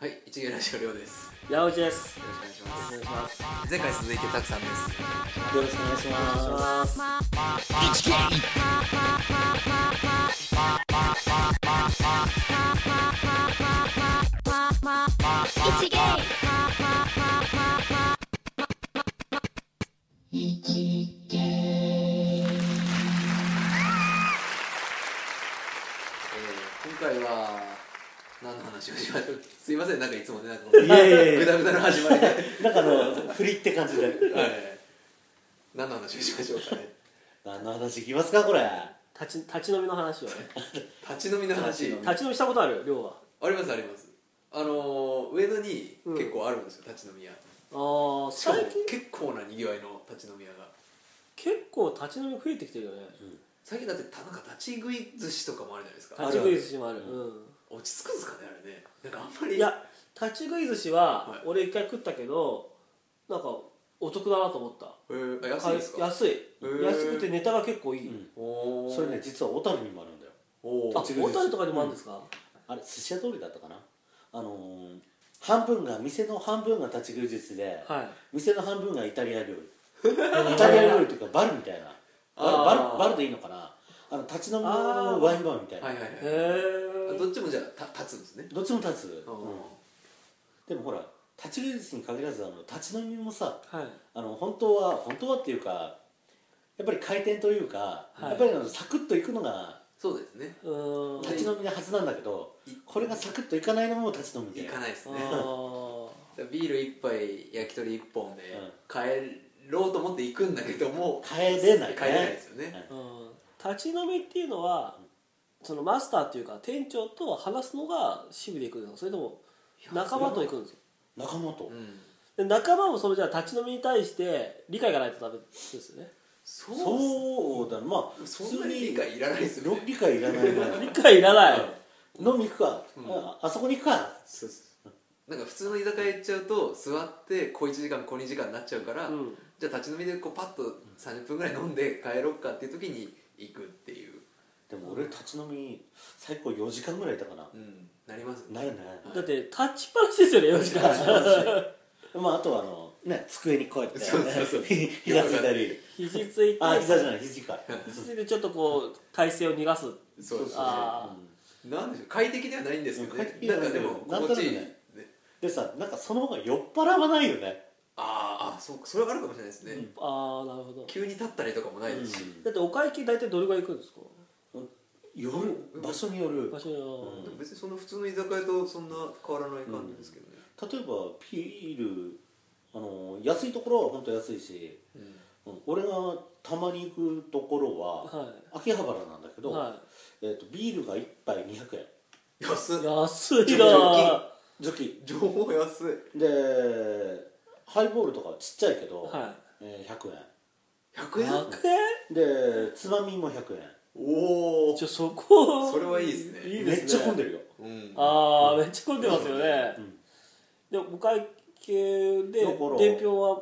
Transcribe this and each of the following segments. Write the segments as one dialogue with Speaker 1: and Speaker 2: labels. Speaker 1: はい、一芸ラジオりょうです。
Speaker 2: 八内です
Speaker 1: よろしくお願いし
Speaker 2: お
Speaker 1: ま
Speaker 2: 願いします
Speaker 1: す。前回続いてたくさんです。
Speaker 2: よろしくお願いします
Speaker 3: 一芸
Speaker 1: えー、今回は何の話をしましょう。すいません、なんかいつもね、なんか
Speaker 2: いやいやいや
Speaker 1: ぐだぐだの始まりで。はい。
Speaker 2: なんかあの振りって感じで
Speaker 1: 何の話をしましょうかね。
Speaker 4: 何の話いきますかこれ
Speaker 2: 立ち立ち飲みの話をね
Speaker 1: 立ち飲みの話。
Speaker 4: 立ち飲み
Speaker 2: 立ち飲みしたことある亮は
Speaker 1: ありますあります。あのー、上野に結構あるんですよ、立ち飲み屋。
Speaker 2: ああ
Speaker 1: しかも
Speaker 2: 最近
Speaker 1: 結構な賑わいの立ち飲み屋が。
Speaker 2: 結構立ち飲み増えてきてるよね
Speaker 1: 最近だってたなんか立ち食い寿司とかもあるじゃないですか
Speaker 2: 立ち食い寿司もある
Speaker 4: ある
Speaker 1: 落ち着くんですかねあれねなんかあんま
Speaker 2: うん
Speaker 1: り
Speaker 2: いや立ち食い寿司は
Speaker 1: はい
Speaker 2: 俺一回食ったけどなんかお得だなと思った
Speaker 1: えーあ安いですか
Speaker 2: 安い
Speaker 1: ー
Speaker 2: 安くてネタが結構いい
Speaker 1: おー
Speaker 4: それね実は小樽にもあるんだよ
Speaker 1: お
Speaker 2: あ
Speaker 1: ー
Speaker 2: 小樽とかでもあるんですか
Speaker 4: あれ寿司屋通りだったかなあのー、半分が店の半分が立ち食い術で、
Speaker 2: はい
Speaker 4: 店の半分がイタリア料理イタリア料理というかバルみたいなバルバ
Speaker 1: あー
Speaker 4: ルバルでいいのかなあの立ち飲みのワインバーみたいな、
Speaker 1: はいはいはい
Speaker 2: へえ
Speaker 1: どっちもじゃあた立つんですね
Speaker 4: どっちも立つ、
Speaker 1: あー
Speaker 4: うんでもほら立ち食い術に限らずあの立ち飲みもさ
Speaker 2: はい
Speaker 4: あの本当は本当はっていうかやっぱり回転というか、
Speaker 2: はい
Speaker 4: やっぱりあのサクッといくのが
Speaker 1: そうですね
Speaker 2: うーん
Speaker 4: 立ち飲みのはずなんだけど
Speaker 1: い
Speaker 4: これがサクッといかないのも立ち飲みで
Speaker 1: いかないですねだか
Speaker 2: ああ
Speaker 1: らビール一杯焼き鳥一本で
Speaker 4: うん
Speaker 1: 帰ろうと思って行くんだけども
Speaker 4: 帰れないね
Speaker 1: 帰れないですよね
Speaker 2: うん立ち飲みっていうのはそのマスターっていうか店長と話すのが支部で行くんですかそれとも仲間と行くんですか
Speaker 4: 仲間と、
Speaker 1: うん
Speaker 2: で仲間もそれじゃあ立ち飲みに対して理解がないとダメですよね
Speaker 1: そう
Speaker 4: そうだねまあ
Speaker 1: っ
Speaker 4: 普
Speaker 1: すそんな
Speaker 4: 通
Speaker 1: に理解いらないですよ
Speaker 4: ろ
Speaker 1: ね
Speaker 4: 理解いらないな
Speaker 2: 理解いらない
Speaker 4: 飲み行くか、
Speaker 1: うん
Speaker 4: ああそこに行くか
Speaker 1: そうそうなんか普通の居酒屋行っちゃうと座って小1時間小2時間になっちゃうから
Speaker 2: うん
Speaker 1: じゃあ立ち飲みでこうパッと30分ぐらい飲んで帰ろうかっていう時に行くっていう
Speaker 4: でも俺立ち飲み最高4時間ぐらいいたかな、
Speaker 1: うんなりますね
Speaker 4: なるね
Speaker 2: だって立ちっぱなしですよね4時間
Speaker 4: まああとはあのね机にこうやって
Speaker 1: そうそうそう
Speaker 4: 膝ついたり
Speaker 2: 肘ついて
Speaker 4: あ膝じゃない肘か
Speaker 2: 肘ついてちょっとこう体勢を逃がす
Speaker 1: そうですね
Speaker 2: あ
Speaker 1: なんでしょう快適ではないんですよ
Speaker 4: うん快
Speaker 1: ね
Speaker 4: 適で
Speaker 1: なん
Speaker 4: は
Speaker 1: か
Speaker 4: ない
Speaker 1: でも心地いい、ね、
Speaker 4: でさなんかその方が酔っ払わないよね
Speaker 1: あーあそうそれはあるかもしれないですね、
Speaker 2: ーあーなるほど
Speaker 1: 急に立ったりとかもないですし、
Speaker 2: だってお会計大体どれぐらい行くんですか
Speaker 4: よる場所による
Speaker 2: 場所の
Speaker 1: でも別にその普通の居酒屋とそんな変わらない感じですけどね、
Speaker 4: 例えばビールあの安いところは本当安いし、うん俺がたまに行くところは
Speaker 2: は
Speaker 4: 秋葉原なんだけ
Speaker 2: い
Speaker 4: ど、
Speaker 2: は
Speaker 4: えー、とビールが1杯200円
Speaker 1: 安っ
Speaker 2: い安い
Speaker 1: ち
Speaker 2: な
Speaker 1: ょ
Speaker 2: あ
Speaker 4: ジョッキ
Speaker 1: 情報安い
Speaker 4: でハイボールとかちっちゃいけど、
Speaker 2: は
Speaker 4: えー100
Speaker 2: い。
Speaker 1: 100
Speaker 2: 100
Speaker 1: 円
Speaker 4: 円でつまみも100
Speaker 1: おお
Speaker 2: ちょそこ
Speaker 1: それはいいですね
Speaker 2: い
Speaker 4: 円
Speaker 2: いですね。
Speaker 4: めっちゃ混ん
Speaker 2: で
Speaker 4: でるよ、
Speaker 1: うん
Speaker 2: ああめっちゃ混んでますよね
Speaker 4: う。ん
Speaker 2: でもお会計で
Speaker 4: だから
Speaker 2: 伝票は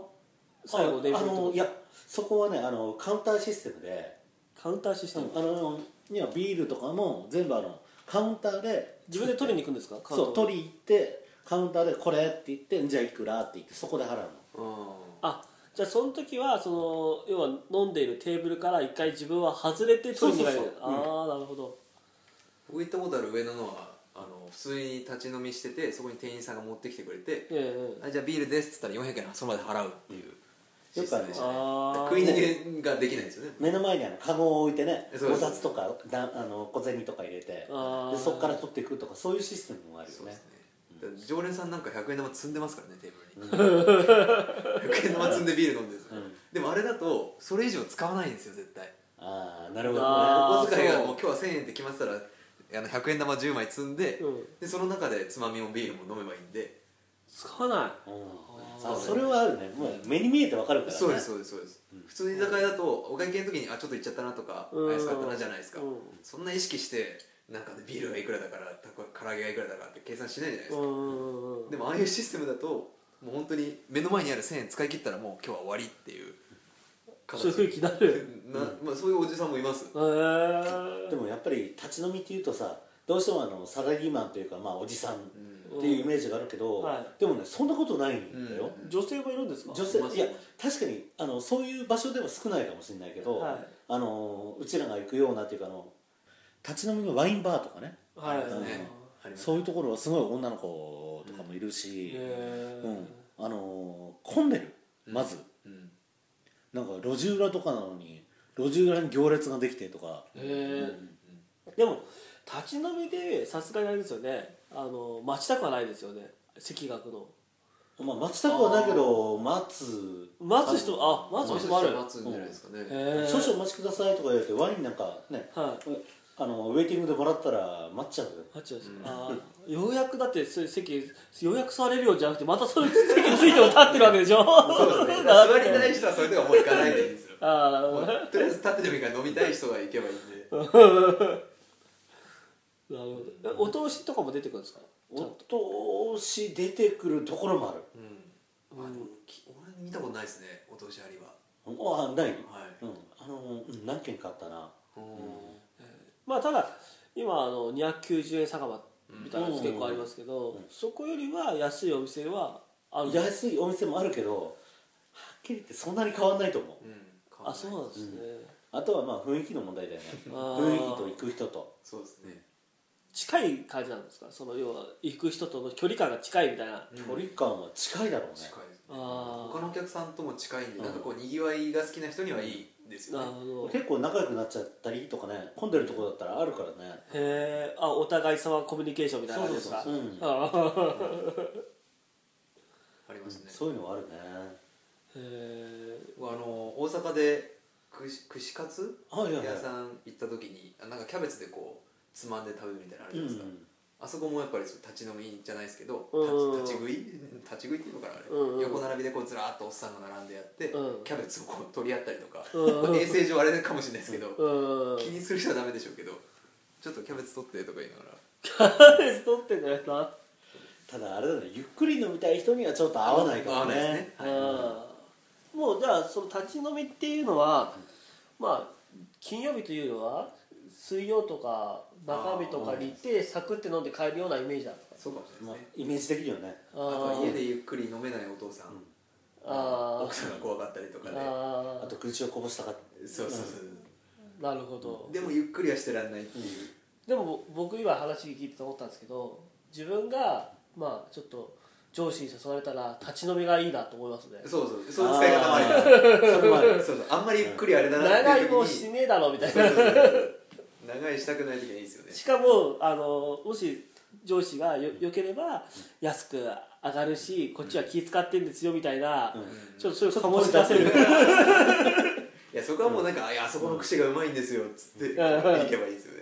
Speaker 2: 最後伝
Speaker 4: ああの
Speaker 2: 票
Speaker 4: いやそこはねあのカウンターシステムで
Speaker 2: カウンターシステム。
Speaker 4: あのいやビールとかも全部あのカウンターで
Speaker 2: 自分で取りに行くんですか？
Speaker 4: そう
Speaker 2: り。
Speaker 4: 取り行ってカウンターで「これ」って言って「じゃあいくら?」って言ってそこで払うの
Speaker 1: あ
Speaker 2: あじゃあその時はその要は飲んでいるテーブルから一回自分は外れて取りに行かれる
Speaker 4: そうそう。そう
Speaker 2: ああなるほど。
Speaker 1: 僕行ったことある上野のはあの普通に立ち飲みしててそこに店員さんが持ってきてくれて
Speaker 2: えええ
Speaker 1: あじゃあビールですっつったら400円その場で払うっていうシステムで
Speaker 2: え。
Speaker 1: したね
Speaker 2: ああ。
Speaker 1: 食い逃げができないですよね
Speaker 4: 目の前にあのカゴを置いてね
Speaker 1: そうで
Speaker 4: お
Speaker 1: す
Speaker 4: 札とかだあの小銭とか入れて
Speaker 2: あー
Speaker 4: でそこから取っていくとかそういうシステムもあるよ
Speaker 1: そうで
Speaker 4: ね
Speaker 1: すねだから常連さんなんか100円玉積んでますからねテーブ ルに100円玉積んでビール飲んでるんですよ、
Speaker 4: うん
Speaker 1: でもあれだとそれ以上使わないんですよ絶対
Speaker 4: ああなるほ
Speaker 2: あ
Speaker 4: どね
Speaker 1: お小遣
Speaker 2: ー
Speaker 1: いが
Speaker 2: そう
Speaker 1: もう今日は1000円って決まってたらあの100円玉10枚積んで,、
Speaker 2: うん
Speaker 1: でその中でつまみもビールも飲めばいいんで
Speaker 2: 使わない。
Speaker 4: うん
Speaker 1: そう
Speaker 4: あ
Speaker 1: ね
Speaker 4: それはあるねもう目に見えてわかるからね
Speaker 1: そうですそうですそうです、普通に居酒屋だとお会計の時にあちょっと行っちゃったなとか
Speaker 2: うん
Speaker 1: あ安かったなじゃないですか、
Speaker 2: うん
Speaker 1: そんな意識してなんかビールがいくらだからたこ唐揚げがいくらだからって計算しないじゃないです
Speaker 2: う
Speaker 1: か、
Speaker 2: んうんうん。
Speaker 1: でもああいうシステムだともう本当に目の前にある1000円使い切ったらもう今日は終わりっていう
Speaker 2: そういう雰囲気になる。
Speaker 1: なまあ、そういうおじさんもいます
Speaker 2: へえ。
Speaker 4: でもやっぱり立ち飲みっていうとさどうしてもあのサラリーマンというかまあおじさん
Speaker 1: うん
Speaker 2: う
Speaker 4: っていうイメージがあるけど、
Speaker 2: うんはい
Speaker 4: でもねそんなことないんだよ、
Speaker 2: 女性もいるんですか
Speaker 4: 女性
Speaker 1: まあ
Speaker 4: いや確かにあのそういう場所では少ないかもしれないけど、
Speaker 2: はい
Speaker 4: あのうちらが行くようなっていうかあの立ち飲みのワインバーとかね
Speaker 2: はい
Speaker 1: ありますねあります
Speaker 4: そういうところはすごい女の子とかもいるし、
Speaker 2: へー
Speaker 4: うんあの混んでるまず、
Speaker 1: うん
Speaker 4: なんか路地裏とかなのに路地裏に行列ができてとか、
Speaker 2: へーでも立ち飲みでさすがにあれですよねあの待ちたくはないですよね関学の
Speaker 4: まあ、待ちたくはないけど待つ
Speaker 2: 待つ人あ待つ
Speaker 1: 松
Speaker 2: 人もある
Speaker 1: 松松んじゃないですかね、
Speaker 2: へー
Speaker 4: 少々お待ちくださいとか言われてワインなんかね
Speaker 2: はい
Speaker 4: あのウェイティングでもらったら待っちゃうよ
Speaker 2: あっちゃうんですあーようやくだってそういう席ようやく座れるようじゃなくてまたそれ席についても立ってるわけで しょ
Speaker 1: そうですね座りたい人はそれではもう行かないでいいんですよもう
Speaker 2: あ
Speaker 1: とりあえず立ってでもいいから飲みたい人が行けばいいんで
Speaker 2: あなるほどえお通しとかも出てくるんですか
Speaker 4: お通し出てくるところもある
Speaker 1: うん、あのき俺見たことないですねお通しありは
Speaker 4: あない、
Speaker 1: はい
Speaker 4: うん、あのうん何軒かあったな
Speaker 1: お
Speaker 2: まあただ今あの290円酒場みたいなやつ
Speaker 4: うん
Speaker 2: 結構ありますけど、
Speaker 4: うん
Speaker 2: そこよりは安いお店はある
Speaker 4: 安いお店もあるけどはっきり言ってそんなに変わんないと思う
Speaker 1: ーうん変わら
Speaker 2: あそうなんですね、
Speaker 4: あとはまあ雰囲気の問題 だよね
Speaker 2: あー
Speaker 4: 雰囲気と行く人と
Speaker 1: そうですね
Speaker 2: 近い感じなんですかその要は行く人との距離感が近いみたいな、
Speaker 1: うん
Speaker 4: 距離感は近いだろうね
Speaker 1: 近いですね
Speaker 2: あー
Speaker 1: 他のお客さんとも近いんで
Speaker 4: うん
Speaker 1: なんかこうにぎわいが好きな人にはいいですよ
Speaker 2: なる
Speaker 1: ね
Speaker 2: ほどへ
Speaker 4: 結構仲良くなっちゃったりとかね混んでるところだったらあるからね
Speaker 2: えあお互い様コミュニケーションみたいな
Speaker 4: そう
Speaker 2: 感
Speaker 4: そ
Speaker 2: じ
Speaker 4: う
Speaker 2: ですか
Speaker 4: そう、うん
Speaker 2: あ
Speaker 1: ありますね
Speaker 4: そういうのはあるね
Speaker 2: ーへえ
Speaker 1: あの大阪で串串カツ
Speaker 4: はいはい
Speaker 1: 屋
Speaker 4: はい
Speaker 1: さん行った時にあなんかキャベツでこうつまんで食べるみたいなのあるじゃ
Speaker 4: う
Speaker 1: ないですか、
Speaker 4: ん
Speaker 1: あそこもやっぱりそう立ち飲みじゃないですけど
Speaker 2: うん
Speaker 1: 立ち立ち食い立ち食いっていうのかなあれ、
Speaker 2: うんうん
Speaker 1: 横並びでこうずらーっとおっさんが並んでやって、
Speaker 2: うん
Speaker 1: キャベツをこう取り合ったりとか、
Speaker 2: うん
Speaker 1: 衛生上あれかもしれないですけど、
Speaker 2: うん
Speaker 1: 気にする人はダメでしょうけどちょっとキャベツ取ってとか言いながら
Speaker 2: 彼氏取ってんじゃないですか
Speaker 4: ただあれだねゆっくり飲みたい人にはちょっと合わないから
Speaker 1: 合わないです
Speaker 4: ね
Speaker 1: ねはい
Speaker 2: うんもうじゃあその立ち飲みっていうのは、まあ金曜日というよりは水曜とか中日とかに行ってサクって飲んで帰るようなイメージだった
Speaker 1: そうかもしれ
Speaker 4: ま
Speaker 1: な
Speaker 4: あ
Speaker 1: いですね、
Speaker 4: イメージ的にはね
Speaker 2: あ
Speaker 1: あとは
Speaker 2: ー
Speaker 1: 家でゆっくり飲めないお父さん、
Speaker 2: あ
Speaker 1: 奥さんが怖かったりとか
Speaker 2: ー
Speaker 1: で、
Speaker 2: あ
Speaker 4: あと愚痴をこぼしたかっ
Speaker 1: ね、そうそうそう、
Speaker 2: ーなるほど
Speaker 1: でもゆっくりはしてらんないっていう、
Speaker 2: でも僕今話聞いてて思ったんですけど自分がまあちょっと上司に誘われたら立ち飲みがいいなと思いますね
Speaker 1: そうそうそういう使い方もありますそれもあ るそうそうあんまりゆっくりあれだな
Speaker 2: 長
Speaker 1: ってい
Speaker 2: いう
Speaker 1: 時
Speaker 2: も
Speaker 1: に
Speaker 2: うしねえだろみたいな
Speaker 1: そうそうそう長いしたくない時はいいですよね
Speaker 2: しかもあのもし上司がよよければ安く上がるしこっちは気使ってんですよみたいな、
Speaker 4: うん
Speaker 2: ちょっとそれを醸し出せる
Speaker 1: いやそこはもうなんか「いやあそこの串がうまいんですよ」っつって
Speaker 2: ん
Speaker 1: 行けばいいですよね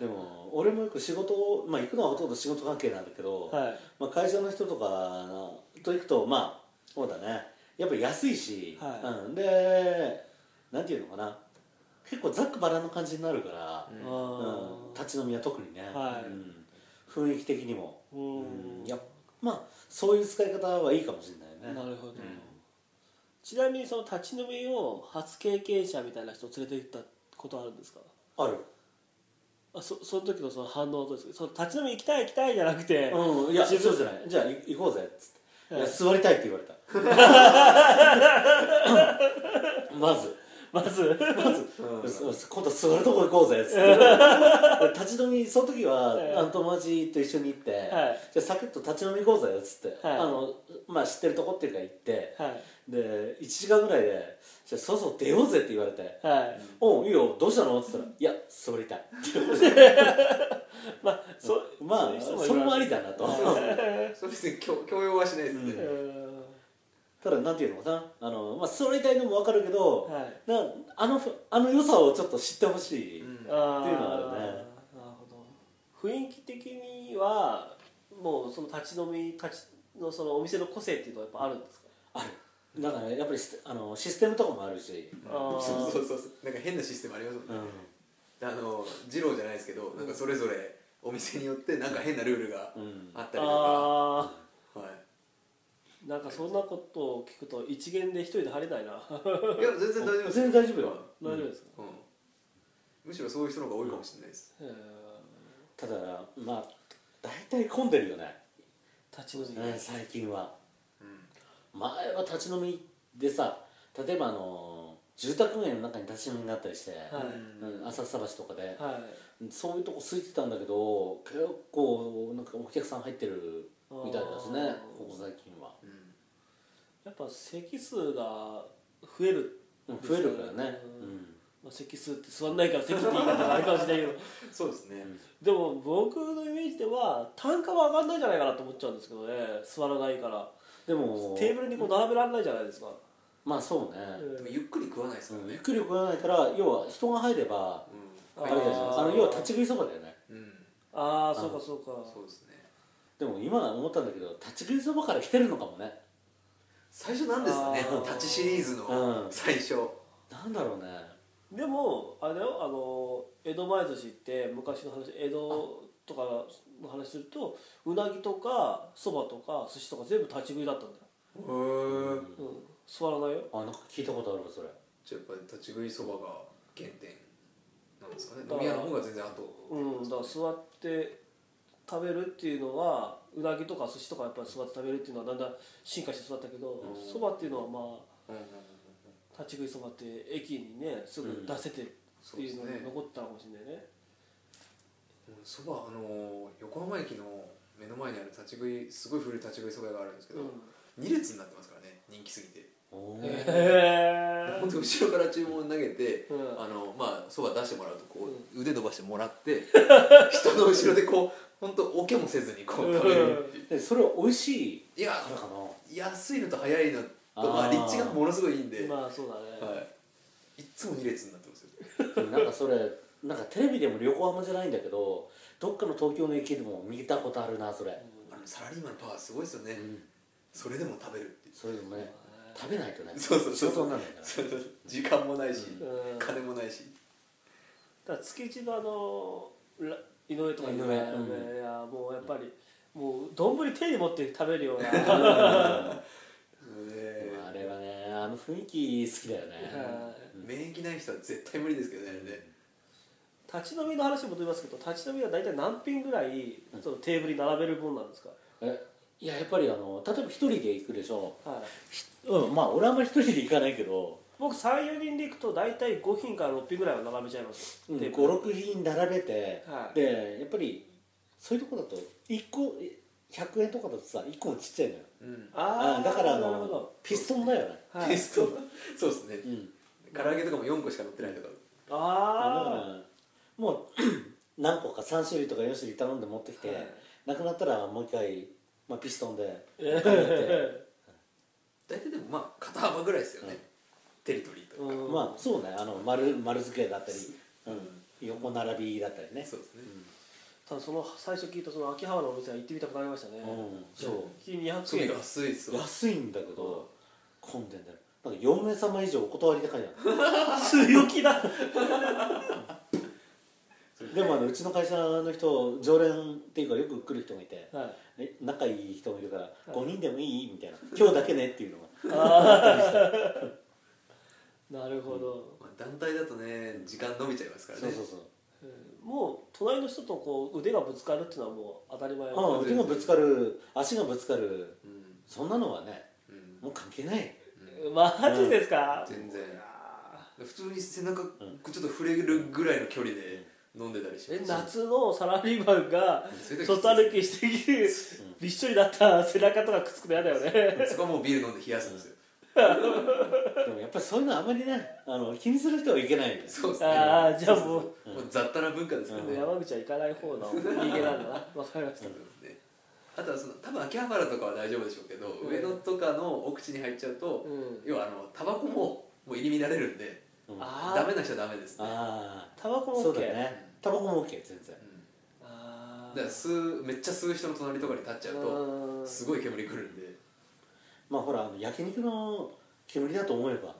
Speaker 4: でも俺もよく仕事を、まあ、行くのはほとんど仕事関係なんだけど、
Speaker 2: は
Speaker 4: まあ、会社の人とかと行くとまあそうだねやっぱ安いし、
Speaker 2: は
Speaker 4: うん、でなんていうのかな結構ざっくばらんの感じになるから
Speaker 2: い、、
Speaker 1: う
Speaker 2: うん
Speaker 4: うん
Speaker 2: ん
Speaker 4: 立ち飲みは特にね、
Speaker 2: はい
Speaker 4: うん雰囲気的にも、
Speaker 2: うん
Speaker 4: うんやっまあそういう使い方はいいかもしれないね
Speaker 2: なるほど、ちなみにその立ち飲みを初経験者みたいな人を連れて行ったことあるんですか
Speaker 4: ある
Speaker 2: あそその時のその反応はどうですかその立ち飲み行きたい行きたいじゃなくて、
Speaker 4: うんいや
Speaker 2: 自分
Speaker 4: そうじゃないじゃあい行こうぜっつって、い
Speaker 2: は
Speaker 4: や
Speaker 2: い
Speaker 4: 座りたいって言 われたまず
Speaker 2: まず
Speaker 4: まず、
Speaker 1: うん
Speaker 4: そうそう今度座るとこ行こうぜっつって立ち飲みその時は、
Speaker 2: はい
Speaker 4: あの友達と一緒に行って、
Speaker 2: はい
Speaker 4: じゃあサクッと立ち飲み行こうぜっつって、
Speaker 2: はい
Speaker 4: あのまあ知ってるとこっていうか行って
Speaker 2: はい
Speaker 4: で1時間ぐらいで「じゃあそろそろ出ようぜ」って言われて
Speaker 2: はい
Speaker 4: 「おういいよどうしたの?」っつったら「いや座りたい」
Speaker 2: まあそ
Speaker 4: まあ
Speaker 2: そういう人もいるわけです
Speaker 4: それもありだなと
Speaker 1: そう別に強強要はしないですね、
Speaker 4: う
Speaker 2: うん
Speaker 4: ただなんていうのかなあの、まあ、座りたいのも分かるけど、
Speaker 2: はい
Speaker 4: なあのあの良さをちょっと知ってほしい、
Speaker 1: うん
Speaker 2: あ
Speaker 4: っていうのはあるね
Speaker 2: ーなるほど雰囲気的にはもうその立ち飲み立ちのそのお店の個性っていうのはやっぱあるんですか
Speaker 4: あるだから、ね、やっぱりシスあのシステムとかもあるし、
Speaker 2: あー
Speaker 1: そうそうそうそうなんか変なシステムありますもんね、あの二郎じゃないですけどなんかそれぞれお店によってなんか変なルールが
Speaker 4: うん
Speaker 1: あったりとか、
Speaker 2: あ
Speaker 1: はい
Speaker 2: ーなんかそんなことを聞くと一元で一人で入れない
Speaker 1: い
Speaker 2: な
Speaker 1: や全然大丈夫です
Speaker 4: 全然大丈夫よ、
Speaker 2: 大丈夫ですか、
Speaker 1: うん、むしろそういう人の方が多いかもしれないです
Speaker 2: へー
Speaker 4: ただまあ大体混んでるよね、
Speaker 2: 立ちの時
Speaker 4: うん
Speaker 2: ね
Speaker 4: 最近は
Speaker 1: うん
Speaker 4: 前は立ち飲みでさ例えばあの住宅街の中に立ち飲みになったりして、
Speaker 2: はい
Speaker 4: うん、浅草橋とかで、
Speaker 2: は
Speaker 4: そういうとこ空いてたんだけど結構なんかお客さん入ってるみたいです
Speaker 2: あ
Speaker 4: ね
Speaker 2: ー
Speaker 4: ここ最近は、
Speaker 1: うん
Speaker 2: いやっぱ席数が増える、
Speaker 4: うん増えるからね
Speaker 2: うんまあ、席数って座んないから席って言い方があるかもしれない けど
Speaker 1: そうですね
Speaker 2: でも僕のイメージでは単価は上がんないんじゃないかなと思っちゃうんですけどね座らないから
Speaker 4: うん、でも
Speaker 2: テーブルにこう並べられないじゃないですか、
Speaker 4: まあそうね、
Speaker 1: でもゆっくり食わないです
Speaker 4: う
Speaker 1: か
Speaker 4: ん
Speaker 1: ら
Speaker 4: ゆっ
Speaker 1: ね
Speaker 4: くり食わないから要は人が入れば
Speaker 1: うん
Speaker 4: あ
Speaker 2: ー
Speaker 4: れだよね
Speaker 2: あ
Speaker 4: あの要は立ち食いそばだよね
Speaker 1: うん
Speaker 2: ああそうかそうか
Speaker 1: そうですね
Speaker 4: でも今思ったんだけど立ち食いそばから来てるのかもね
Speaker 1: 最初なんですかね
Speaker 2: あー
Speaker 1: タッチシリーズ
Speaker 4: う
Speaker 1: の
Speaker 4: ん
Speaker 1: 最初
Speaker 4: なんだろうね
Speaker 2: でもあれだよあの江戸前寿司って昔の話江戸とかの話するとうなぎとかそばとか寿司とか全部立ち食いだったんだよ、
Speaker 1: へえ
Speaker 2: うん、座らないよ
Speaker 4: あなんか聞いたことあるわそれ
Speaker 1: じゃあやっぱり立ち食いそばが原点なんですかね
Speaker 2: だ
Speaker 1: 飲
Speaker 2: から
Speaker 1: み屋の方が全然後
Speaker 2: うん、だから座って食べるっていうのはうなぎとか寿司とかやっぱり座って食べるっていうのはだんだん進化して育ったけど
Speaker 1: うん
Speaker 2: そば、っていうのはま
Speaker 1: うんうんうんうん
Speaker 2: あ立ち食いそばって駅にねすぐ出せてっていうの
Speaker 1: うんそうです
Speaker 2: が
Speaker 1: ね
Speaker 2: 残ってたかもしれないね,、
Speaker 1: うんそばあのー横浜駅の目の前にある立ち食いすごい古い立ち食いそば屋があるんですけ
Speaker 2: う
Speaker 1: ど
Speaker 2: ん
Speaker 1: 2列になってますからね人気すぎて
Speaker 4: お
Speaker 1: へ
Speaker 4: ー
Speaker 1: え
Speaker 2: へ
Speaker 1: 本当後ろから注文投げて、
Speaker 2: うん
Speaker 1: あのまあそば出してもらうとこう腕伸ばしてもらって 人の後ろでこう本当おけもせずにこう食べるっていう、
Speaker 4: でそれは美味しい
Speaker 1: いや
Speaker 4: からかな
Speaker 1: 安いのと早いのとま
Speaker 4: あ
Speaker 1: あ
Speaker 4: ー
Speaker 1: 立地がものすごいいいんで、
Speaker 2: え まあそうだね、
Speaker 1: はい、いっつも2列になってますよ
Speaker 4: でもなんかそれ なんかテレビでも横浜じゃないんだけどどっかの東京の駅でも見たことあるなそれ、
Speaker 1: あのサラリーマンのパワーすごいですよね、
Speaker 4: うん
Speaker 1: それでも食べるって いう
Speaker 4: それでもね食べないとね
Speaker 1: そうそうそう
Speaker 4: 仕事になるんだから
Speaker 1: そうそう時間もないし、
Speaker 2: うん
Speaker 1: 金もないし
Speaker 2: だから月一のあのら井上とかいうのはね
Speaker 4: 井上
Speaker 2: いやもうやっぱりもう丼手に持って食べるような
Speaker 1: うん
Speaker 4: で
Speaker 1: ね
Speaker 4: もあれはねあの雰囲気好きだよね、
Speaker 2: はい
Speaker 1: 免疫ない人は絶対無理ですけどねあれね
Speaker 2: 立ち飲みの話に戻りますけど立ち飲みは大体何品ぐらいそのテーブルに並べるもんなんですか、
Speaker 4: えいややっぱりあの例えば一人で行くでしょ
Speaker 2: はい、
Speaker 4: うんまあ俺はあんまり一人で行かないけど、
Speaker 2: 僕34人で行くと大体5品から6品ぐらいは並べちゃいます、
Speaker 4: うん、
Speaker 2: で
Speaker 4: 56品並べて、
Speaker 2: はい
Speaker 4: でやっぱりそういうとこだと1個え100円とかだとさ1個もちっちゃいのよ
Speaker 1: うん
Speaker 2: ああ
Speaker 4: うんだからあ
Speaker 2: なるほ
Speaker 4: の
Speaker 2: ど、
Speaker 4: ピストンだよね、
Speaker 2: は
Speaker 1: テ
Speaker 2: い
Speaker 1: イ、ストそうですね、
Speaker 4: うん、
Speaker 1: 唐揚げとかも4個しか乗ってないとか
Speaker 4: だから
Speaker 2: ああ、
Speaker 4: もう 何個か3種類とか4種類頼んで持ってきて、
Speaker 2: はい
Speaker 4: なくなったらもう一回、まあ、ピストンで
Speaker 2: ええ
Speaker 1: 大体でもまあ肩幅ぐらいですよね、
Speaker 4: うん
Speaker 1: テリトリーとか、
Speaker 2: うん
Speaker 4: まあそうねあの丸丸付けだったり、うん、横並びだったりね
Speaker 1: そうですね、
Speaker 2: ただその最初聞いたその秋葉原のお店は行ってみたくなりましたね、
Speaker 4: うんそう
Speaker 2: 一気に200
Speaker 1: そう
Speaker 2: 円
Speaker 1: 安いっすわ
Speaker 4: 安いんだけど混んでんだよなんか4名様以上お断りで書いてあ
Speaker 2: 強 気だ
Speaker 4: るでもあのうちの会社の人常連っていうかよく来る人がいて
Speaker 2: はい
Speaker 4: え仲いい人もいるから5人でもいいみたいな今日だけねっていうのが
Speaker 2: なるほど、
Speaker 1: まあ、団体だとね時間伸びちゃいますから
Speaker 4: そ
Speaker 1: ね
Speaker 4: うそうそう
Speaker 2: うんもう隣の人とこう腕がぶつかるっていうのはもう当たり前
Speaker 4: ああ
Speaker 1: ん
Speaker 4: 腕がぶつかる足がぶつかる
Speaker 1: うん
Speaker 4: そんなのはね
Speaker 1: うん
Speaker 4: もう関係ない
Speaker 2: マジですか、
Speaker 1: 全然
Speaker 2: あ
Speaker 1: 普通に背中ちょっと触れるぐらいの距離で飲んでたりし
Speaker 2: ーえ
Speaker 1: ます
Speaker 2: 夏のサラリーマンが
Speaker 1: それで
Speaker 2: 外歩きしてきてびっしょりだった背中とかくっつくの嫌だよね
Speaker 1: そこはもうビール飲んで冷やすんですよ、
Speaker 4: でもやっぱりそういうのあまりねあの気にする人はいけないんだよ
Speaker 1: そうですね
Speaker 2: ああじゃあもう
Speaker 1: もう雑多な文化ですからね、
Speaker 4: うん
Speaker 2: 山口は行かない方の人間なんだな分かりました、
Speaker 1: ねあとはその多分秋葉原とかは大丈夫でしょうけど、
Speaker 2: うん
Speaker 1: 上野とかの奥地に入っちゃうと、
Speaker 2: うん
Speaker 1: 要はあのタバコももう入り乱れるんで
Speaker 4: うん
Speaker 2: あ
Speaker 1: ダ
Speaker 2: あ
Speaker 1: メな人はダメですね
Speaker 4: あ
Speaker 2: タバコ
Speaker 4: あ
Speaker 2: も OK
Speaker 4: そうだねタバコも OK 全然
Speaker 2: あ
Speaker 1: だから吸うめっちゃ吸う人の隣とかに立っちゃうと
Speaker 2: と
Speaker 1: すごい煙くるんで
Speaker 4: まあほらあの焼肉の煙だと思えば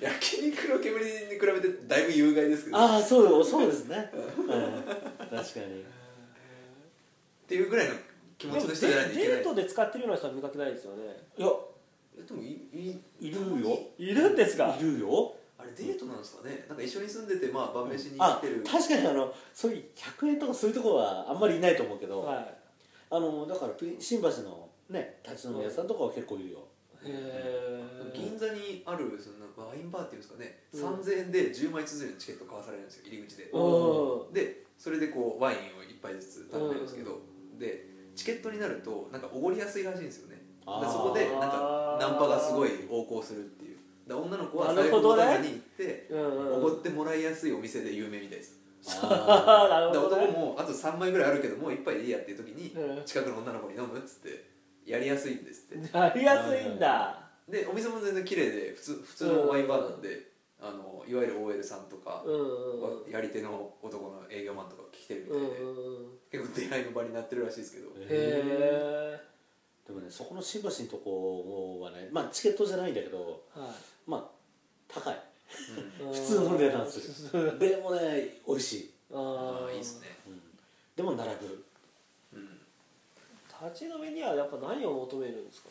Speaker 1: 焼肉の煙に比べてだいぶ有害ですけどっ
Speaker 4: ああそうよそうですね、うん、確かに
Speaker 1: ていうぐらいの気
Speaker 2: で
Speaker 1: 持
Speaker 2: も
Speaker 1: ちの
Speaker 2: デ
Speaker 1: 人じゃないといけない
Speaker 2: デートで使ってるような人は見かけないですよね
Speaker 4: いや
Speaker 1: えでもいい
Speaker 4: いるよ
Speaker 2: いるんですか
Speaker 4: いるよ
Speaker 1: あれデートなんですかねなんか一緒に住んでてまあ晩飯に行っ
Speaker 4: あ
Speaker 1: てる
Speaker 4: 確かにあのそういう100円とかそういうところはあんまりいないと思うけど、
Speaker 2: はい
Speaker 4: あのだからピ新橋のね立ち飲み屋さんとかは結構いるよ、
Speaker 2: へえ
Speaker 1: 銀座にあるそのワインバーっていうんですかね、
Speaker 2: うん
Speaker 1: 3000円で10枚綴りのチケット買わされるんですよ入り口で、
Speaker 2: うん
Speaker 1: でそれでこうワインを1杯ずつ頼めるんですけど、でチケットになるとなんかおごりやすいらしいんですよねだからそこでなんか
Speaker 2: あー
Speaker 1: ナンパがすごい横行するっていうだから女の子は
Speaker 2: な
Speaker 1: 財
Speaker 2: る
Speaker 1: 布の
Speaker 2: ほどね
Speaker 1: 中に行って
Speaker 2: うん
Speaker 1: お
Speaker 2: う
Speaker 1: ご
Speaker 2: ん
Speaker 1: ってもらいやすいお店で有名みたいです
Speaker 2: ああ
Speaker 4: あ
Speaker 2: な
Speaker 1: だから
Speaker 2: るほど
Speaker 1: 男
Speaker 2: ね
Speaker 1: もあと3枚ぐらいあるけどもう1杯でいいやっていう時に
Speaker 2: うん
Speaker 1: 近くの女の子に飲むっつってやりやすいんですって
Speaker 2: やりやすいんだ
Speaker 1: でお店も全然綺麗で普通普通のワインバーなんで、あのいわゆる OL さんとか
Speaker 2: う、んうんうん
Speaker 1: やり手の男の営業マンとか来てるみた
Speaker 2: う
Speaker 1: い
Speaker 2: ん
Speaker 1: で、
Speaker 2: うんうん
Speaker 1: 結構出会いの場になってるらしいですけど、
Speaker 4: ー
Speaker 2: へえ
Speaker 4: でもねそこの新橋のとこはねまあチケットじゃないんだけどまあ高い
Speaker 1: うん
Speaker 2: 普
Speaker 4: 普通の値段す
Speaker 2: る
Speaker 4: るでもね美味しい、
Speaker 2: あ
Speaker 1: あ
Speaker 2: あ
Speaker 1: あいいですね、
Speaker 4: うんでも並ぶ、
Speaker 1: うん
Speaker 2: 立ち飲みにはやっぱ何を求めるんですか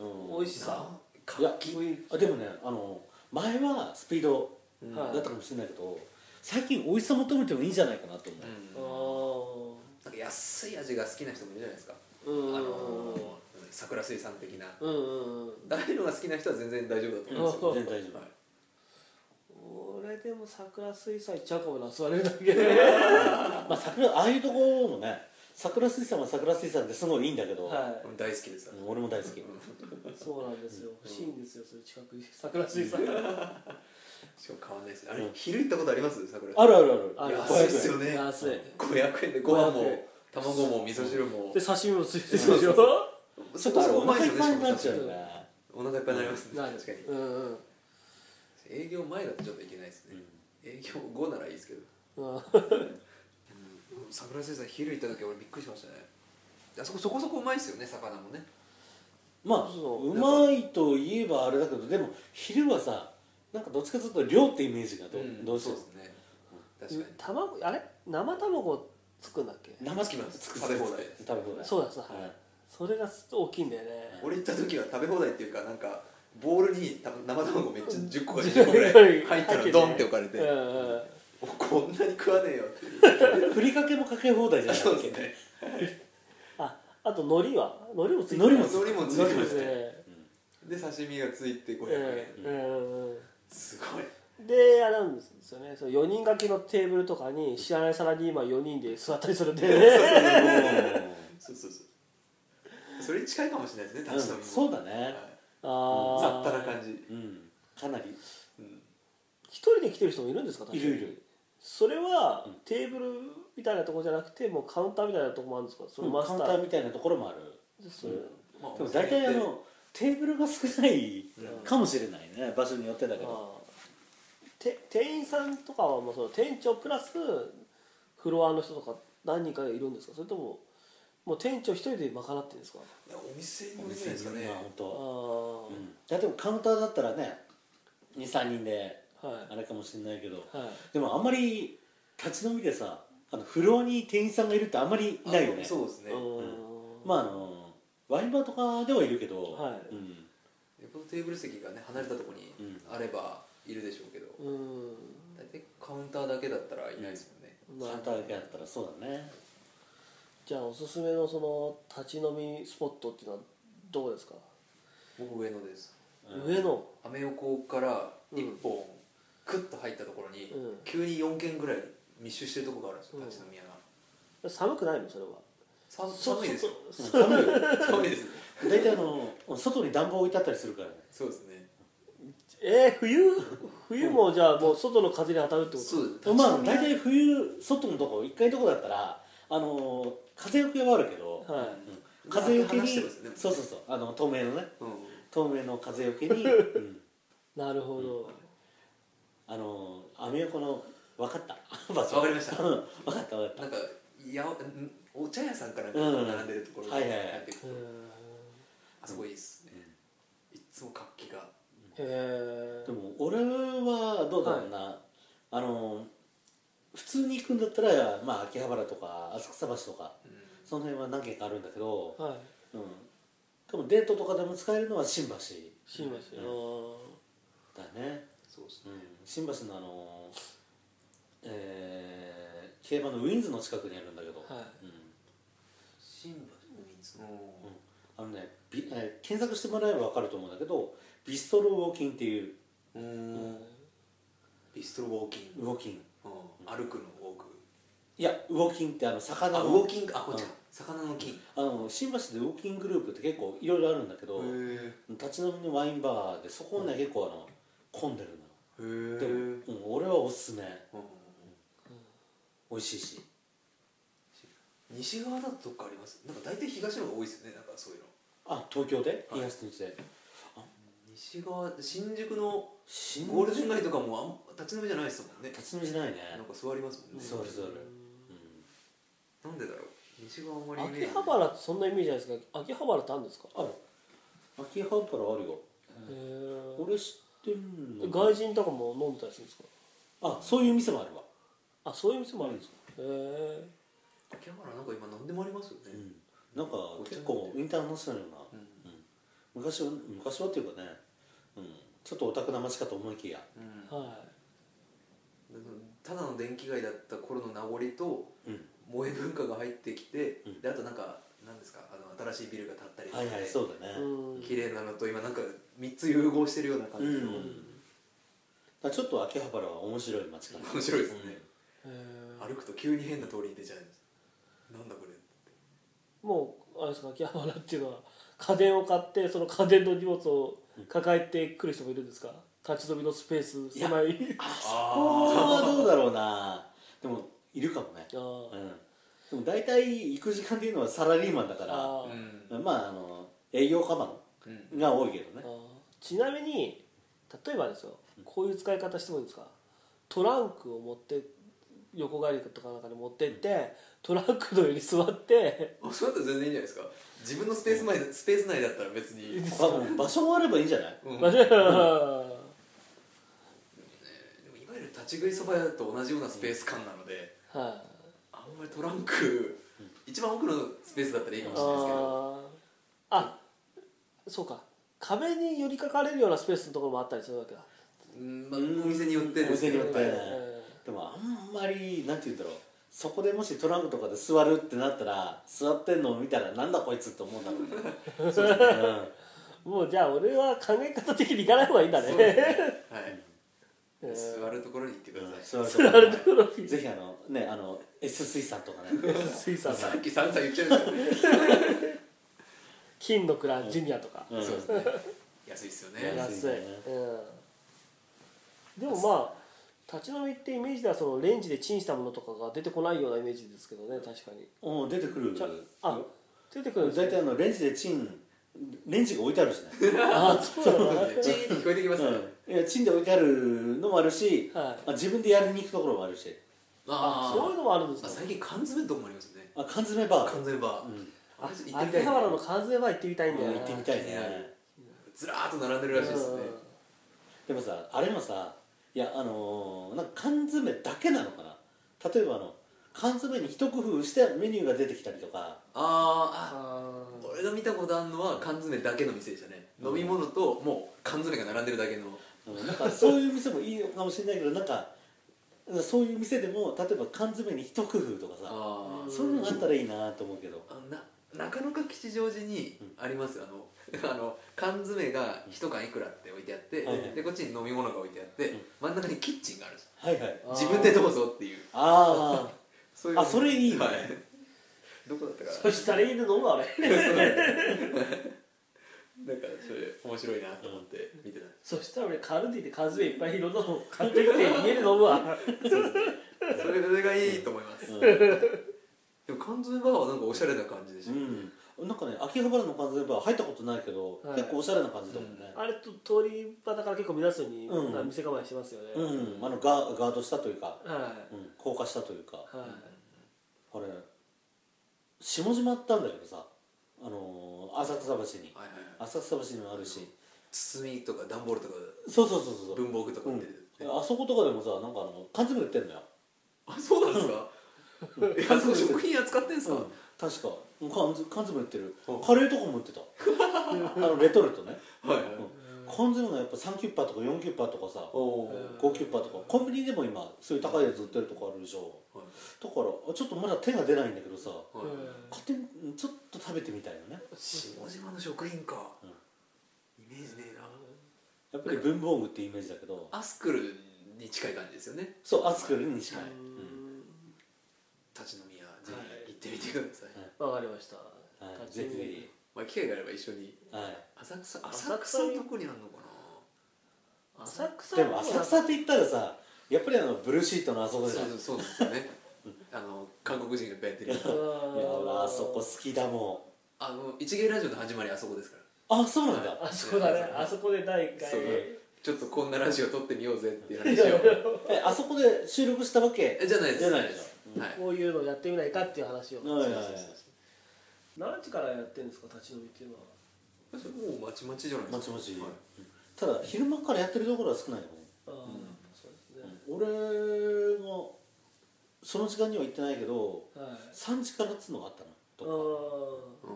Speaker 4: うん、
Speaker 2: 美味しさ
Speaker 1: な
Speaker 4: ういや
Speaker 1: 活気
Speaker 4: あでもねあの前はスピード
Speaker 1: うん
Speaker 2: はい
Speaker 4: だったかもしれないけど、最近美味しさ求めてもいいんじゃないかなと思う、
Speaker 2: あ
Speaker 1: うん
Speaker 2: ー
Speaker 1: なんか安い味が好きな人もいるじゃないですか、
Speaker 2: うんうん
Speaker 1: あ
Speaker 2: うん
Speaker 1: のー桜水産的な
Speaker 2: うんうんうん
Speaker 1: ああいうのが好きな人は全然大丈夫だと思うんですよ、
Speaker 4: 全然大丈夫
Speaker 1: はい
Speaker 2: 俺でも桜水産行っちゃうかもな座れるだけで
Speaker 4: まあ、桜ああいうところもね桜水産は桜水産ですごいいいんだけど、
Speaker 2: は
Speaker 1: 俺大好きです、
Speaker 4: 俺も大好き、
Speaker 2: いそうなんですよ欲しいんですよそれ近くに桜水産
Speaker 1: しかも変わんないですあれ、
Speaker 4: うん
Speaker 1: 昼行ったことあります桜
Speaker 4: あるあるあ
Speaker 2: あ
Speaker 4: る
Speaker 2: る
Speaker 1: 安いっすよね
Speaker 2: 安い
Speaker 1: 500円でご飯
Speaker 2: 500
Speaker 1: も
Speaker 2: 円
Speaker 1: 卵も味噌汁も
Speaker 2: で刺身もついてるでし
Speaker 1: そう
Speaker 2: ょ
Speaker 1: そ
Speaker 4: だ
Speaker 1: こ
Speaker 4: か
Speaker 1: そ
Speaker 4: ら
Speaker 1: こ
Speaker 4: お
Speaker 1: うまい
Speaker 4: 腹
Speaker 1: で
Speaker 4: い
Speaker 1: すよね
Speaker 4: っぱいになっ
Speaker 1: し
Speaker 4: ち
Speaker 1: か
Speaker 4: ゃう
Speaker 1: も
Speaker 4: よね
Speaker 1: お腹いっぱいになりますね
Speaker 2: なる
Speaker 1: 確かに
Speaker 2: うんうん
Speaker 1: 営業前だとちょっといけないですね、営業後ならいいですけど、
Speaker 2: うん
Speaker 1: 桜井先生昼行った時俺びっくりしましたねあそこそこそこうまいですよね魚もね
Speaker 4: まあ
Speaker 2: そう
Speaker 4: うまいといえばあれだけどでも昼はさなんかどっちかというと量ってイメージがど,、うどうして
Speaker 1: そう
Speaker 4: も
Speaker 1: ですね確かに
Speaker 2: 卵あれ生卵つくんだっけ
Speaker 4: 生
Speaker 1: 好きなんです
Speaker 4: つく
Speaker 1: 食べ放題
Speaker 4: つく食べ放題
Speaker 2: そうだそうだ
Speaker 4: はい
Speaker 2: それが大きいんだよね
Speaker 1: 俺行った時は食べ放題っていうかなんかボールにた生卵めっちゃ10個か
Speaker 2: 10
Speaker 1: 20個ぐら い入ったらドンって置かれて、
Speaker 2: うんうん
Speaker 1: おこんなに食わねえよっていう
Speaker 4: ふりかけもかけ放題じゃない
Speaker 1: そうですね
Speaker 2: ああと海苔は海苔もついてる
Speaker 4: 海苔も
Speaker 1: 海苔もつい
Speaker 2: 海
Speaker 1: て
Speaker 2: 苔
Speaker 1: ま
Speaker 2: ですすね
Speaker 1: ねで刺身がついて500円、
Speaker 2: うんうん
Speaker 1: すごい
Speaker 2: であれなんですよねその4人掛けのテーブルとかに知らないサラリーマン4人で座ったりするんでね
Speaker 1: そうそうそうそれに近いかもしれないですね立ち飲
Speaker 4: うん
Speaker 1: みも、
Speaker 4: そうだね
Speaker 1: はい
Speaker 2: あ
Speaker 1: 雑
Speaker 2: あ
Speaker 1: 多な感じ、
Speaker 4: うんかなり
Speaker 1: うん
Speaker 2: 一人で来てる人もいるんですか確
Speaker 4: い
Speaker 2: か
Speaker 4: るいる
Speaker 2: それは、テーブルみたいなとこじゃなくてもうカウンターみたいなとこもあるんですかその
Speaker 4: カ
Speaker 2: マ
Speaker 4: ウン
Speaker 2: ス
Speaker 4: タ
Speaker 2: タ
Speaker 4: ー
Speaker 2: ー
Speaker 4: みたいなところもある
Speaker 2: でそれ
Speaker 1: ま
Speaker 4: でも大体あのテーブルが少ない
Speaker 1: うん
Speaker 4: かもしれないね場所によってだけど
Speaker 2: あーて店員さんとかはもうその店長プラスフロアの人とか何人かいるんですかそれとももう店長一人で賄ってるんですか
Speaker 1: いやお店に
Speaker 4: お
Speaker 1: よるじゃな
Speaker 4: 店
Speaker 1: いです
Speaker 4: によ
Speaker 1: か
Speaker 4: る
Speaker 1: ね
Speaker 4: な本当。
Speaker 2: あ
Speaker 4: 例えばカウンターだったらね23人で
Speaker 2: あ、はい
Speaker 4: あれかもしれないけど
Speaker 2: はい
Speaker 4: でもあんまり立ち飲みでさあのフロアに店員さんがいるってあんまりいないよね
Speaker 1: あそうですね
Speaker 2: う
Speaker 1: 横
Speaker 2: ーん
Speaker 4: まああのワインバーとかではいるけど、
Speaker 2: はい
Speaker 4: うん
Speaker 1: のテーブル席がね離れたところに
Speaker 4: うん
Speaker 1: あればいるでしょうけど
Speaker 2: うーん
Speaker 1: 大体カウンターだけだったらいないですもんね、
Speaker 2: ま
Speaker 4: カウンタ
Speaker 2: あ
Speaker 4: ーだけだったらそうだね
Speaker 2: じゃあおすすめのその立ち飲みスポットっていうのはどこですか、
Speaker 1: 僕上野です
Speaker 4: うん
Speaker 2: 上野
Speaker 1: アメ横から1本クッと入ったところに、
Speaker 2: うん
Speaker 1: 急に4軒ぐらい密集してるとこがあるんですよ
Speaker 2: うん
Speaker 1: 立ち飲み屋が、
Speaker 2: 寒くないのそれは
Speaker 1: さ寒いですよ
Speaker 2: そそ
Speaker 4: 寒いよ
Speaker 1: 寒いです
Speaker 4: 大体あの外に暖房置いてあったりするからね
Speaker 1: そうですね
Speaker 2: えー、冬冬もじゃあもう外の風に当たるってこと
Speaker 1: そうです
Speaker 4: まあ大体冬外のとこ1階のとこだったらあの風よけはあるけど、
Speaker 2: はい
Speaker 4: うん風よけに、
Speaker 1: 話してますね
Speaker 4: そうそうそうあの透明のね
Speaker 1: うん
Speaker 4: 透明の風よけに、うん
Speaker 2: なるほど、
Speaker 4: あのアメ横の分 かった場
Speaker 1: わかりました
Speaker 4: うん、分かった分かった
Speaker 1: なんかやんお茶屋さんからこ
Speaker 4: う
Speaker 1: うん並んでるところ
Speaker 4: はいはいはい
Speaker 1: 入ってく
Speaker 2: う
Speaker 1: る
Speaker 2: ん、
Speaker 1: あそこいいっすねいっつも活気が
Speaker 2: へえ
Speaker 4: でも俺はどうだろうな、あの普通に行くんだったら、まあ、秋葉原とか浅草橋とか
Speaker 1: うん
Speaker 4: その辺は何軒かあるんだけど、
Speaker 2: はい
Speaker 4: うん、でもデートとかでも使えるのは新橋
Speaker 2: 新橋、
Speaker 4: う
Speaker 2: うん
Speaker 4: だね
Speaker 1: そうです
Speaker 4: うん、新橋のあのえー競馬のウィンズの近くにあるんだけど、
Speaker 2: は
Speaker 4: うん
Speaker 1: 新橋のウィンズ
Speaker 4: うんあのねびえー検索してもらえば分かると思うんだけどビストロウォーキンっていう
Speaker 1: うーんビストロウォーキング、
Speaker 4: ウォーキン
Speaker 1: うん歩くのウォーク
Speaker 4: いやウォーキンってあの魚
Speaker 1: あ
Speaker 4: の
Speaker 1: ウォーキングあこっち
Speaker 4: う
Speaker 1: か
Speaker 4: ん
Speaker 1: 魚の金へ
Speaker 4: あの新橋でウォーキングループって結構いろいろあるんだけど
Speaker 1: え
Speaker 4: 立ち飲みのワインバーでそこはね、結構あの混んでる
Speaker 1: へ
Speaker 4: ので
Speaker 1: え
Speaker 4: も、うん、俺はおすすめ美味しいし
Speaker 1: 西側だとどっかありますなんか大体東の方が多いですよねなんかそういうの
Speaker 4: あ東京で
Speaker 1: はい
Speaker 4: 東の地で、
Speaker 1: 西側新宿の
Speaker 4: 新
Speaker 1: ゴールデン街とかもあん立ち飲みじゃないですもんね
Speaker 4: 立ち飲みじゃないね
Speaker 1: なんか座りますもんね
Speaker 4: そうですそうです
Speaker 1: なんでだろう西側あんまりイメージ
Speaker 2: 秋葉原ってそんなイメージないですか秋葉原ってあるんですか
Speaker 4: ある秋葉原あるよ
Speaker 2: へえ
Speaker 4: 俺知ってるの
Speaker 2: 外人とかも飲んでたりするんですか
Speaker 4: あそういう店もあるわ
Speaker 2: あそういう店もあるんですか、へえ
Speaker 1: 秋葉原なんか今何でもありますよね、
Speaker 4: なんか結構インターナショナルな、
Speaker 1: うん
Speaker 4: 昔は昔はっていうかね、うん、ちょっとオタクな街かと思いきや、
Speaker 1: うん
Speaker 2: は
Speaker 1: ただの電気街だった頃の名残と
Speaker 4: うん、
Speaker 1: 萌え文化が入ってきて、
Speaker 4: うん
Speaker 1: であとなんか何ですかあの新しいビルが建ったりとか
Speaker 4: は
Speaker 1: で
Speaker 4: いはいそうだね
Speaker 2: い、うん
Speaker 1: 綺麗なのと今なんか3つ融合してるような感じの、
Speaker 4: うんだからちょっと秋葉原は面白い街かな
Speaker 1: 面白いですね、
Speaker 2: へえ
Speaker 1: 歩くと急に変な通りに出ちゃうんですなんだこれ
Speaker 2: もうあれですか秋葉原っていうのは家電を買ってその家電の荷物を抱えてくる人もいるんですか立ち飲みのスペース狭い
Speaker 4: あそこ
Speaker 1: あ
Speaker 4: はどうだろうなでもいるかもね
Speaker 2: あー
Speaker 4: うんでも大体行く時間っていうのはサラリーマンだから
Speaker 2: あー、
Speaker 1: うん
Speaker 4: まああの営業カバ
Speaker 1: うん
Speaker 4: ンが多いけど
Speaker 2: あ
Speaker 4: ね
Speaker 2: ーちなみに例えばですよこういう使い方してもいいですかトランクを持って横帰りとかなんかに持ってって、トランクの上に座って
Speaker 1: あそうだったら全然いいんじゃないですか自分のスペース内スペース内だったら別に、
Speaker 4: あもう場所があればいいんじゃない
Speaker 1: うん
Speaker 2: まあ
Speaker 1: で
Speaker 2: ね
Speaker 1: もいわゆる立ち食いそば屋と同じようなスペース感なので
Speaker 2: は
Speaker 1: あんまりトランク一番奥のスペースだったらいいか
Speaker 2: い、
Speaker 1: もしれないですけど
Speaker 2: あーあそうか壁に寄りかかれるようなスペースのところもあったりするわけだ、
Speaker 1: うんまあ、お店によってですけど
Speaker 4: お店によって
Speaker 2: え
Speaker 4: でもあんまりなんて言うんだろうそこでもしトランクとかで座るってなったら座ってんのを見たらなんだこいつって思うんだろうねそうですねうん
Speaker 2: ーもうじゃあ俺は考え方的に行かない方がいいんだね
Speaker 1: そうですね はい
Speaker 2: えー
Speaker 1: 座るところに行ってください、
Speaker 4: 座る
Speaker 2: 座るところに
Speaker 4: ぜひあのねあの S 水産とかね
Speaker 2: 水産
Speaker 1: さっき散々言っちゃいましたね
Speaker 2: 金の蔵ジュニアとか、
Speaker 4: うん
Speaker 1: そうですね安いっすよね
Speaker 4: 安い
Speaker 2: 安い、
Speaker 4: ね
Speaker 2: うん、でもまあ立ち飲みってイメージではそのレンジでチンしたものとかが出てこないようなイメージですけどね確かに
Speaker 4: うん出てくる
Speaker 2: じゃあ出てくるんです
Speaker 4: 大
Speaker 2: ね
Speaker 4: 体あのレンジでチンレンジが置いてあるしね、
Speaker 2: あそうなんだ
Speaker 1: そうですねチーンって聞こえてきますから、
Speaker 4: うん、いやチンで置いてあるのもあるし、
Speaker 2: はい
Speaker 4: あ自分でやりに行くところもあるし
Speaker 2: あそういうのもあるんで
Speaker 1: あ
Speaker 2: す
Speaker 1: 最
Speaker 2: ね
Speaker 1: 近缶詰とかもありますよね
Speaker 4: あ缶詰バーガ
Speaker 1: 缶詰バー、
Speaker 4: ん
Speaker 1: あれちょっと行ってみたい
Speaker 2: 秋
Speaker 1: ね
Speaker 2: 葉原の缶詰バー行ってみたいんだよ
Speaker 4: ー
Speaker 2: な
Speaker 4: 行ってみたい
Speaker 1: 気に
Speaker 4: ね
Speaker 1: なるずらーっと並んでるらしいですね
Speaker 4: でもさあれもさいやあのーなんか缶詰だけなのかな例えばあの缶詰に一工夫してメニューが出てきたりとか
Speaker 2: あ
Speaker 1: あーあ
Speaker 2: ー
Speaker 1: 俺が見たことあるのは缶詰だけの店でしたね、飲み物ともう缶詰が並んでるだけの
Speaker 4: うんなんかそういう店もいいのかもしれないけどなんかそういう店でも例えば缶詰に一工夫とかさ
Speaker 1: あー
Speaker 4: そういうのがあったらいいなと思うけど
Speaker 1: あな中野か吉祥寺にありますよあの あの缶詰が一缶いくらって置いてあって、
Speaker 4: はいはい
Speaker 1: でこっちに飲み物が置いてあって、
Speaker 4: うん
Speaker 1: 真ん中にキッチンがあるんですよ
Speaker 4: はいはい
Speaker 2: あー
Speaker 1: 自分でどうぞっていう
Speaker 4: あ
Speaker 1: そういう
Speaker 4: あそれいいね
Speaker 1: はい どこだったかな
Speaker 2: そしたら家で飲むわあれ
Speaker 1: なんかそれ面白いなと思って見てた、
Speaker 2: そしたら俺カルディで缶詰いっぱいいろんなの買ってきて家で飲むわ
Speaker 1: それそれがいいと思います、
Speaker 4: うん
Speaker 1: でも缶詰バーはなんかおしゃれな感じでし
Speaker 4: あ
Speaker 1: ょ、
Speaker 4: うんなんかね秋葉原の缶詰バー入ったことないけど、
Speaker 2: はい
Speaker 4: 結構おしゃれな感じだもんね
Speaker 2: あれと通り場だから結構皆さんに
Speaker 4: うん
Speaker 2: 店構えしてますよね、
Speaker 4: うん、あのガガードしたというか、
Speaker 2: はい
Speaker 4: うん、硬化したというか、
Speaker 2: はい
Speaker 4: あれ下島行ったんだけどさあのー浅草橋に
Speaker 1: はいはいはい
Speaker 4: 浅草橋にもあるし、
Speaker 1: 包みとか段ボールとか
Speaker 4: そうそうそうそう
Speaker 1: 文房具とか
Speaker 4: う
Speaker 1: っ
Speaker 4: ん
Speaker 1: て、
Speaker 4: あそことかでもさなんかあの缶詰売ってんのよ、
Speaker 1: あそうなんですか、いやその食品扱ってんす
Speaker 4: う
Speaker 1: か、
Speaker 4: ん、確かうん缶詰缶詰売ってる
Speaker 1: うん
Speaker 4: カレーとかも売ってたあのレトルトね、
Speaker 1: はいはい、
Speaker 4: うん缶詰がやっぱ3キュッパーとか4キュッパーとかさ
Speaker 2: おー
Speaker 4: 5キュッパーとかコンビニでも今そういう高いやつ売ってるとこあるでしょだからちょっとまだ手が出ないんだけどさ
Speaker 1: はいはい
Speaker 4: 勝手にちょっと食べてみたいよね
Speaker 1: 下島の食品か、
Speaker 4: うん
Speaker 1: イメージねえな
Speaker 4: やっぱり文房具ってイメージだけど
Speaker 1: アスクルに近い感じですよね
Speaker 4: そう熱くるに近い、
Speaker 1: 立ち飲み屋ぜひ行ってみてください、
Speaker 4: はい
Speaker 2: わかりました
Speaker 4: うんはい、
Speaker 2: 立ち
Speaker 4: ぜ
Speaker 2: 飲み
Speaker 4: ひぜ
Speaker 1: まあ、機会があれば一緒に
Speaker 4: ひ、はい
Speaker 1: 浅草
Speaker 2: 浅
Speaker 1: 浅
Speaker 2: 草
Speaker 1: 草
Speaker 2: に
Speaker 1: どこにあるのか
Speaker 2: 浅草
Speaker 4: でも浅草って言ったらさやっぱりあのブルーシートのあそこ
Speaker 1: な
Speaker 4: じゃんい
Speaker 1: そうそうそうなんですよねあの韓国人がいっぱいやってる
Speaker 2: う
Speaker 4: や
Speaker 2: ん
Speaker 4: 俺あそこ好きだも
Speaker 1: あの一芸ラジオの始まりあそこですから
Speaker 4: んあそうなんだ、
Speaker 2: あそこだねあそこで第1回
Speaker 1: そうちょっとこんなラジオ撮ってみようぜっていう話を
Speaker 4: えあそこで収録したわけ
Speaker 1: えじゃないです
Speaker 4: じゃないでしょ
Speaker 1: はい
Speaker 2: こういうのやってみないかっていう話を
Speaker 4: はいはいはい
Speaker 2: 何時からやってるんですか立ち飲みっていうのは
Speaker 1: それもうまちまちじゃないで
Speaker 4: ますち
Speaker 1: か
Speaker 4: まち、
Speaker 1: はい
Speaker 4: ただ昼間からやってるところは少ないよね、
Speaker 2: ああそうですね
Speaker 4: 俺もその時間には行ってないけど
Speaker 2: はい
Speaker 4: 3時からっつうのがあったな
Speaker 2: あ
Speaker 4: と
Speaker 1: うん、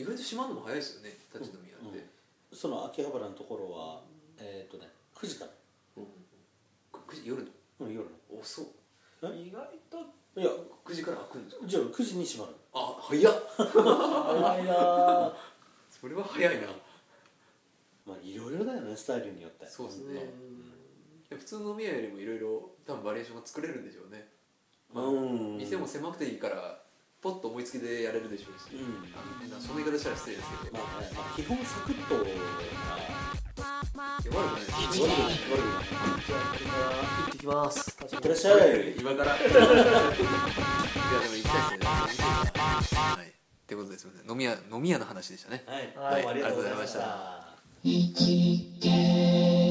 Speaker 1: 意外と閉まるのも早いですよね立ち飲み屋って、
Speaker 4: かその秋葉原のところはえっ、とね9時から
Speaker 1: くくじ夜の
Speaker 4: うん夜の
Speaker 1: 遅っ
Speaker 2: あ意外と
Speaker 4: いや
Speaker 1: 9時から開くんですか
Speaker 4: じゃあ9時に閉まる
Speaker 1: あ早っ
Speaker 2: 早いな
Speaker 1: それは早いな
Speaker 4: まあいろいろだよねスタイルによって
Speaker 1: そうです
Speaker 2: ね
Speaker 1: ね普通の飲み屋よりもいろいろ多分バリエーションが作れるんでしょうね、
Speaker 4: う
Speaker 1: まあ
Speaker 4: ん
Speaker 1: 店も狭くていいからポッと思いつきでやれるでしょうし、
Speaker 4: うん
Speaker 1: あのその言い方したら失礼ですけど、
Speaker 4: まあね、まあ、基本サクッと悪く
Speaker 1: いや悪くないです
Speaker 4: ない悪くない
Speaker 2: じゃあこれから行ってきます
Speaker 4: いってらっしゃい
Speaker 1: 今から。いや、でも行きたいですね。はい。ってことですよね。飲み屋、飲み屋の話でしたね。
Speaker 4: は
Speaker 2: はい
Speaker 4: い、どうもありがとうございまし
Speaker 1: ありがとうございました
Speaker 4: た
Speaker 3: 生きてる